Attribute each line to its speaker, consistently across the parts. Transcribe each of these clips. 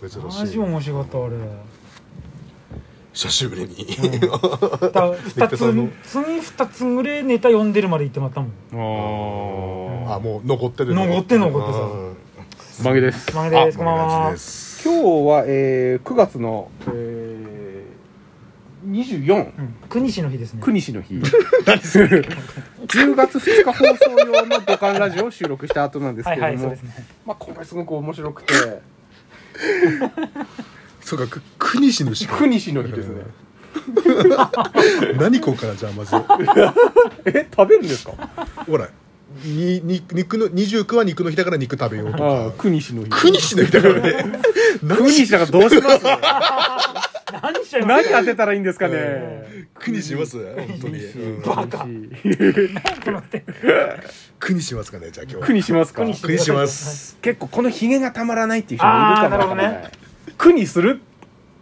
Speaker 1: 珍し
Speaker 2: マ
Speaker 1: い
Speaker 2: ジ面白かったあれ
Speaker 1: 久しぶりに、
Speaker 2: だ二つ
Speaker 1: さんの
Speaker 2: 次二つぐれネタ読んでるまで行ってまったもん
Speaker 3: あ
Speaker 1: あもう残ってる
Speaker 2: 残ってんの残って
Speaker 3: あマギです
Speaker 2: マネですこんばん
Speaker 1: マ
Speaker 2: は
Speaker 1: ジです
Speaker 3: 今日は、えー、9月の、えー、24
Speaker 2: うん国西の日ですね
Speaker 3: 国西の 日10月2日放送用の土管ラジオを収録した後なんです
Speaker 2: は
Speaker 3: け
Speaker 2: い
Speaker 3: れども、
Speaker 2: はいそうですね
Speaker 3: まあ、これすごく面白くて
Speaker 1: そうかく国西のしか
Speaker 3: 国西の日ですね
Speaker 1: 何こうからじゃあまず
Speaker 3: え食べるんですか
Speaker 1: ほらにに肉の29は肉の日だから肉食べようと
Speaker 3: ああ
Speaker 1: か
Speaker 3: 国西の日
Speaker 1: 国西の日だからね
Speaker 3: 国西だからどうします
Speaker 2: 何しちゃいま
Speaker 3: 何
Speaker 2: した
Speaker 3: 当てたらいいんですかね、
Speaker 1: 国します本当に、うん
Speaker 2: バカ
Speaker 1: 国しますかねじゃあ今日
Speaker 3: 国しますか
Speaker 2: 国し
Speaker 1: 国します
Speaker 3: 結構このヒゲがたまらないっていう人もいるかもわから
Speaker 2: あーなる
Speaker 3: ない国する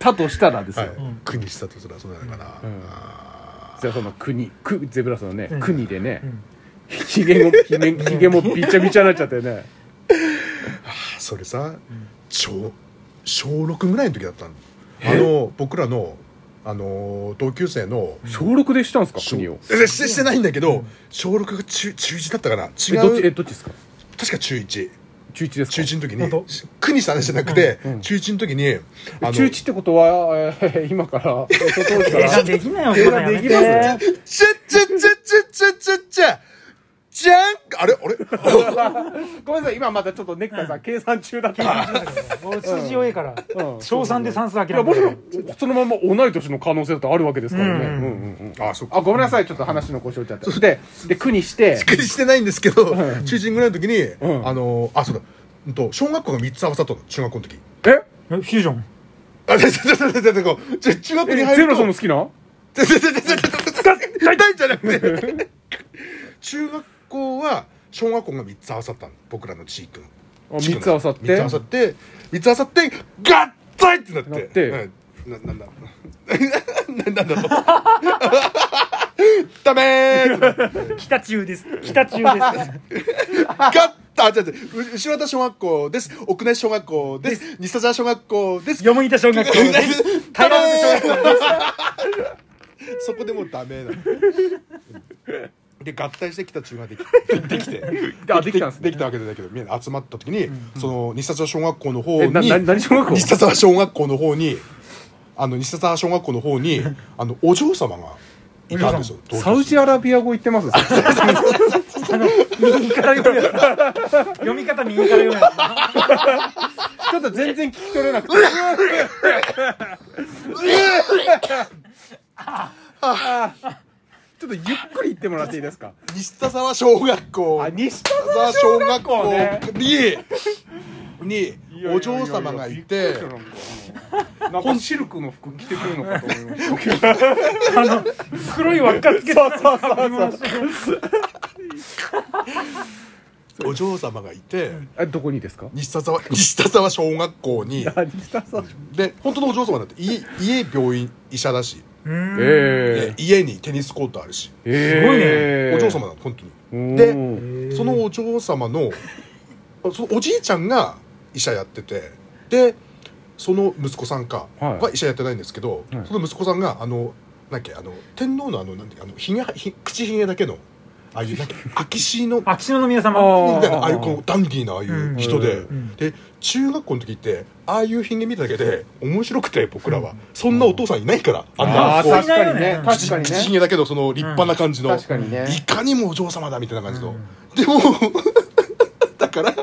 Speaker 3: たとしたらです
Speaker 1: は
Speaker 3: よ、
Speaker 1: い
Speaker 2: ん
Speaker 1: 国したとすらそうなのかな、
Speaker 3: うん
Speaker 1: あ
Speaker 3: じゃあその国くゼブラさんのね、
Speaker 2: うん
Speaker 3: 国でね、
Speaker 2: うん
Speaker 3: ひげもひげひげもびちゃびちゃになっちゃってね
Speaker 1: ーそれさ小小6ぐらいの時だったのあの僕らのあのー同級生の
Speaker 3: 小6でしたんですか
Speaker 1: 小
Speaker 3: 国を
Speaker 1: えしてしてないんだけど、小6が中中1だったかな
Speaker 3: え
Speaker 1: 違
Speaker 3: どっちえ
Speaker 1: う
Speaker 3: どっちですか
Speaker 1: 確か中1
Speaker 3: 中1ですか
Speaker 1: 中1の時
Speaker 2: 本
Speaker 1: に
Speaker 2: 当
Speaker 1: し国した話じゃなくて、
Speaker 3: うん
Speaker 1: 中1の時にあの
Speaker 3: 中1ってことは、えー今からえー当時か
Speaker 2: 映画
Speaker 3: ら
Speaker 2: できないよ
Speaker 3: 映画できます
Speaker 2: こんなんや
Speaker 3: ね
Speaker 2: めて
Speaker 1: ちゃちゃちゃちゃちゃちゃちゃじゃんあれあれ
Speaker 3: ごめんなさい今まだちょっとネクタイさん計算中だった
Speaker 2: 俺数字弱いから
Speaker 3: うん
Speaker 2: 小三で算数諦め
Speaker 3: いや
Speaker 2: た
Speaker 3: も
Speaker 2: か
Speaker 3: ち
Speaker 2: ら
Speaker 3: ろんそのまま同い年の可能性だってあるわけですか
Speaker 2: う
Speaker 3: らね、うんんうんうん
Speaker 1: あそっか
Speaker 3: あごめんなさいちょっと話の腰折っちゃってでで苦にして
Speaker 1: びっくりしてないんですけど、中1ぐらいの時に、
Speaker 3: うん
Speaker 1: あのあそうだうんと小学校が3つ合わさったの中学校の時
Speaker 3: え
Speaker 2: えフュージョン
Speaker 1: あちょちょちょちょちょちょちょ中学校に
Speaker 3: え
Speaker 1: 入
Speaker 3: ゼ
Speaker 1: る
Speaker 3: ロ
Speaker 1: と
Speaker 3: さんの好きな
Speaker 1: ちょちょちょちょちょちょちょ痛いじゃなくて 中学校は小学校が3つ合わさったの僕らの地域の
Speaker 3: あ三つ合わさって
Speaker 1: 3つ合わさって3つ合わさって合体ってなって
Speaker 3: なって
Speaker 1: うんななんだ ななんだろう ダメーって
Speaker 2: 北中です北中です
Speaker 1: 合体あ違う違うう後ろ田小学校です奥内小学校です西田沢小学校です
Speaker 2: よもぎた小学校です平らの小学校です
Speaker 1: そこでもうダメなので合体してきた中ができできて
Speaker 3: あできたんですね
Speaker 1: できたわけだけどみんな集まった時に、その西田沢小学校の方
Speaker 3: え
Speaker 1: に
Speaker 3: なな何小学校
Speaker 1: 西田沢小学校の方にあの西田沢小学校の方にあのお嬢様がいたんですよ同級生
Speaker 3: サウジアラビア語言って ます
Speaker 2: 右から読むやつ読み方右から読む やつ
Speaker 3: ちょっと全然聞き取れ なくて。ああちょっとゆっくり言ってもらっていいですか。
Speaker 1: 西田沢小学校
Speaker 3: あ、西田
Speaker 1: 西田沢小学校
Speaker 3: ね
Speaker 1: ににお嬢様がいて
Speaker 3: なんかシルクの服着てくるのかと思いました。
Speaker 2: あの黒い輪っかつけた
Speaker 1: お嬢様がいて
Speaker 3: え、どこにですか。
Speaker 1: 西田沢 西田沢小学校に
Speaker 3: あ、西田さん。
Speaker 1: で本当のお嬢様だって家家病院医者だし、
Speaker 3: え
Speaker 1: で家にテニスコートあるし、
Speaker 3: えー。
Speaker 2: すごい
Speaker 1: お嬢様なの本当に
Speaker 3: 様
Speaker 1: で
Speaker 3: で、
Speaker 1: そ のお嬢様のあそのおじいちゃんが医者やっててでその息子さんか
Speaker 3: はい
Speaker 1: は医者やってないんですけど、
Speaker 3: はい
Speaker 1: その息子さんがあのなんだっけあの天皇のあのなんてあのひげひ口ひげだけのああいう なんか秋篠の
Speaker 2: 秋篠宮
Speaker 3: あ
Speaker 2: 様
Speaker 1: みたいなああいう
Speaker 3: あー
Speaker 1: このダンディーなああいう人で、で中学校の時ってああいうひげ見ただけで面白くて僕らは、そんなお父さんいないから、あんな
Speaker 3: あー
Speaker 1: こう
Speaker 3: 確かにね。確
Speaker 1: 口
Speaker 3: かに
Speaker 1: 口ひ
Speaker 3: ね。
Speaker 1: げだけどその立派な感じの、
Speaker 3: 確かにね。
Speaker 1: いかにもお嬢様だみたいな感じの、でも だから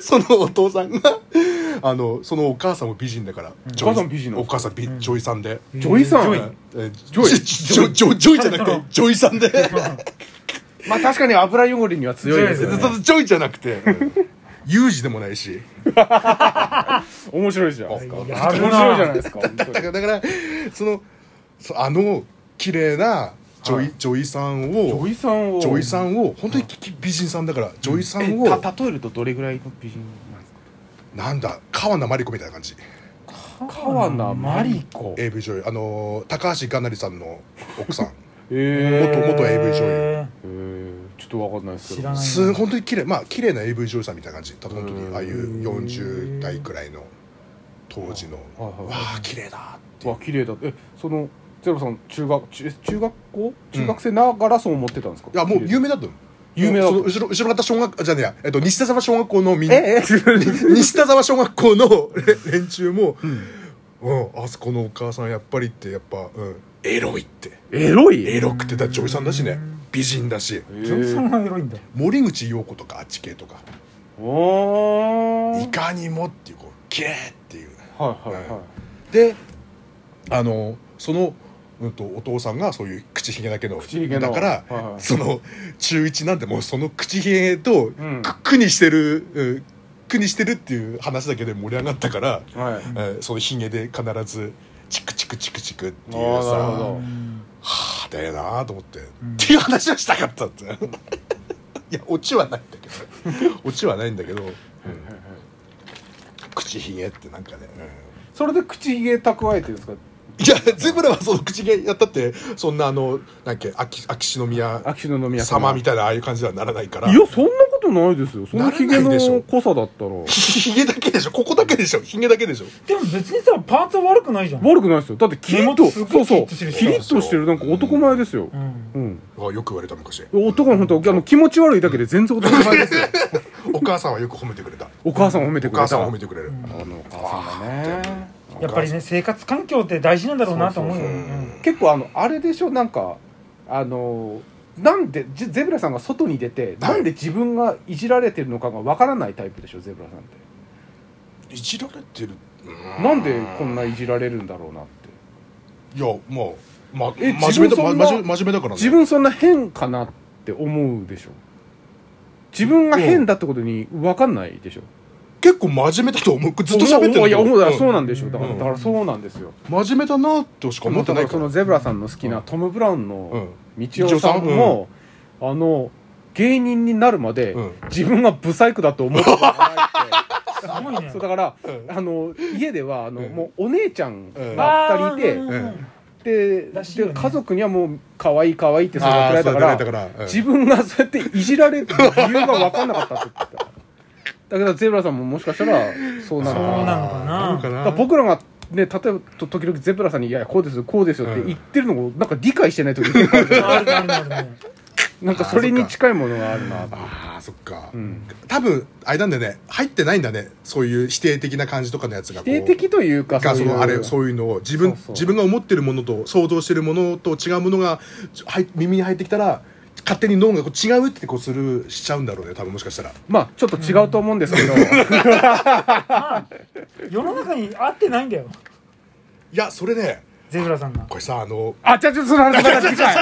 Speaker 1: そのお父さんがあのそのお母さんも美人だから、ジョイ
Speaker 3: お母さん美人なの
Speaker 1: お母さん美女医さんで、
Speaker 3: ジョイさ
Speaker 2: ジョイ
Speaker 3: ん。
Speaker 1: えージョイジョジョジョイじゃなくてジョイさんで
Speaker 3: まあ、確かに油汚れには強いですよね。
Speaker 1: ジョイじゃなく て有事でもないし
Speaker 3: 面白いじゃないですか。面
Speaker 2: いやある
Speaker 3: 白い
Speaker 2: な
Speaker 3: じゃないですか。本当に
Speaker 1: だからだからそのそあの綺麗なジョイ、ジョイさん
Speaker 3: ジョ
Speaker 1: を
Speaker 3: イさんを。
Speaker 1: ジョイさんを本当に美人さんだから、ジョイさんを
Speaker 3: た例えるとどれぐらいの美人なんです
Speaker 1: なんだ川名真理子みたいな感じ
Speaker 3: か川名真理子
Speaker 1: AV 女優あのー高橋がなりさんの奥さん
Speaker 3: え
Speaker 1: 元元 AV 女優
Speaker 2: え
Speaker 3: えちょっと分かんないですけど
Speaker 2: 知らない
Speaker 1: す本当に綺麗まあ綺麗な AV 女優さんみたいな感じただ本当
Speaker 3: う
Speaker 1: に
Speaker 3: ん
Speaker 1: ああいう40代くらいの当時の
Speaker 3: はいはい
Speaker 1: わ
Speaker 3: は
Speaker 1: あ綺麗だって
Speaker 3: い
Speaker 1: いう
Speaker 3: わ綺麗だえそのゼロさん中学中中学校中学生ながらそう思ってたんですか、
Speaker 1: いやもう有
Speaker 3: 名
Speaker 1: 名だったの
Speaker 3: 有名だった
Speaker 1: もうその後ろ後ろ方小学あじゃねえや、えっと、西田沢小学校のみん
Speaker 3: ええ
Speaker 1: 西田沢小学校のれ連中も、
Speaker 3: ん
Speaker 1: うん、あそこのお母さんやっぱりってやっぱ、うん、エロいって
Speaker 3: エロい
Speaker 1: エロくてだ女優さんだしね美人だし
Speaker 3: え
Speaker 2: ジョンさんはエロいんだ
Speaker 1: 森口瑤子とかあっち系とか
Speaker 3: おー
Speaker 1: いかにもっていうこう綺麗っていう
Speaker 3: はいはいは
Speaker 1: であのその、うん、とお父さんがそういう口ひげだけの
Speaker 3: い口ひげの
Speaker 1: だから、
Speaker 3: はいはい
Speaker 1: その中1なんてもうその口ひげと
Speaker 3: ん
Speaker 1: く苦にしてる、うん苦にしてるっていう話だけで盛り上がったから、
Speaker 3: はい
Speaker 1: えーそのひげで必ずチクチクチクチクっていう
Speaker 3: あーなるほ
Speaker 1: さ
Speaker 3: ど
Speaker 2: うん
Speaker 1: はあだよなと思って、
Speaker 2: ん
Speaker 1: っていう話はしたかったんだよいやオチはないんだけどオチはないんだけど、うん口ひげってなんかね、うん
Speaker 3: それで口ひげ蓄えてるんですか
Speaker 1: いや、ゼブラはその口毛やったって、そんなあの、なんだっけ、秋、秋篠宮
Speaker 3: 秋篠宮
Speaker 1: 様み
Speaker 3: た
Speaker 1: たいな、ああいう感じにはならないから。
Speaker 3: いやそんなことないですよそのひげ
Speaker 1: ならないでし
Speaker 3: の
Speaker 1: ょ
Speaker 3: 濃さだったら
Speaker 1: ひげだけでしょここだけでしょひげだけでしょ
Speaker 2: でも別にさパーツは悪くないじゃん
Speaker 3: 悪くないですよだってキリッ
Speaker 2: 目
Speaker 3: と
Speaker 2: 元す
Speaker 3: そ
Speaker 2: ご
Speaker 3: う
Speaker 2: い
Speaker 3: そう
Speaker 2: キリッとしてる
Speaker 3: キリッとしてるなんか男前ですよ
Speaker 2: うん
Speaker 3: うん
Speaker 1: あよく言われた昔。
Speaker 3: 男の本当あの気持ち悪いだけで全然男前です よ
Speaker 1: お母さんはよく褒めてくれた。
Speaker 3: お母さんを褒めて
Speaker 1: お
Speaker 3: くれた
Speaker 1: 母さんは褒めてくれる。
Speaker 3: あのお母さんだね
Speaker 2: やっぱりね生活環境って大事なんだろうなと思うよ
Speaker 1: そうそう
Speaker 2: う
Speaker 1: そうん
Speaker 3: 結構あのあれでしょなんかあのなんでゼゼブラさんが外に出て、
Speaker 1: はい
Speaker 3: なんで自分がいじられてるのかがわからないタイプでしょゼブラさんって、
Speaker 1: いじられてる。
Speaker 3: なんでこんないじられるんだろうなって
Speaker 1: いや、まあ、ま、
Speaker 3: え
Speaker 1: 真面目だ、
Speaker 3: 自分そ
Speaker 1: ま
Speaker 3: んな
Speaker 1: 真面目真面目だからね。
Speaker 3: 自分そんな変かなって思うでしょ自分が変だってことにわかんないでしょ
Speaker 1: 結構真面目だと思う。ずっと喋ってる
Speaker 3: いや思うだからそう
Speaker 1: な
Speaker 3: なんでしょだから,、
Speaker 1: うん
Speaker 3: だからそうなんですよ
Speaker 1: 真面目だな、としか思ってない
Speaker 3: だか
Speaker 1: から
Speaker 3: その
Speaker 1: ら。
Speaker 3: ゼブラさんの好き
Speaker 1: う
Speaker 3: なんトム・ブラウン
Speaker 1: う
Speaker 3: の
Speaker 1: ん。
Speaker 3: 道夫さんも、あの芸人になるまで、
Speaker 1: うん
Speaker 3: 自分がブサイクだと思ってたことがなくて
Speaker 2: すごい ね
Speaker 3: そうだから、
Speaker 1: うん
Speaker 3: あの家ではあの、
Speaker 1: うん
Speaker 3: もうお姉ちゃん
Speaker 1: うん
Speaker 3: が2人いて、
Speaker 2: あーうんうん
Speaker 3: で
Speaker 2: らしいよね
Speaker 3: で家族にはもう可愛い可愛いって育てられたから
Speaker 1: あー育てられたからうん
Speaker 3: 自分がそうやっていじられる理由が分かんなかったって言ってただけどゼブラさんももしかしたらそうなのか
Speaker 2: そうな
Speaker 3: な
Speaker 2: のか
Speaker 1: あ
Speaker 2: な
Speaker 1: ー
Speaker 3: だから僕らがね例えばと時々ゼブラさんに「いやいやこうですよこうですよ」って言ってるのをなんか理解してない時結構あるじゃ
Speaker 2: あるねあるねあるね
Speaker 3: んなんかそれに近いものがあるなって
Speaker 1: ああそっか、
Speaker 3: うん
Speaker 1: 多分あれなんだよね入ってないんだねそういう否定的な感じとかのやつが
Speaker 3: 否
Speaker 1: こう
Speaker 3: 定的というか
Speaker 1: がそ
Speaker 3: いう
Speaker 1: のあれそういうのを自分
Speaker 3: そうそう
Speaker 1: 自分が思ってるものと想像してるものと違うものがはい耳に入ってきたら勝手に脳がこう違うってこうするしちゃうんだろうね多分もしかしたら
Speaker 3: まあちょっと違うと思うんです けど、
Speaker 2: まあ世の中に合ってないんだよ
Speaker 1: いやそれね
Speaker 2: ゼブラさんが
Speaker 1: これさあの
Speaker 3: あ、じゃあ、ちょっとその話また次回。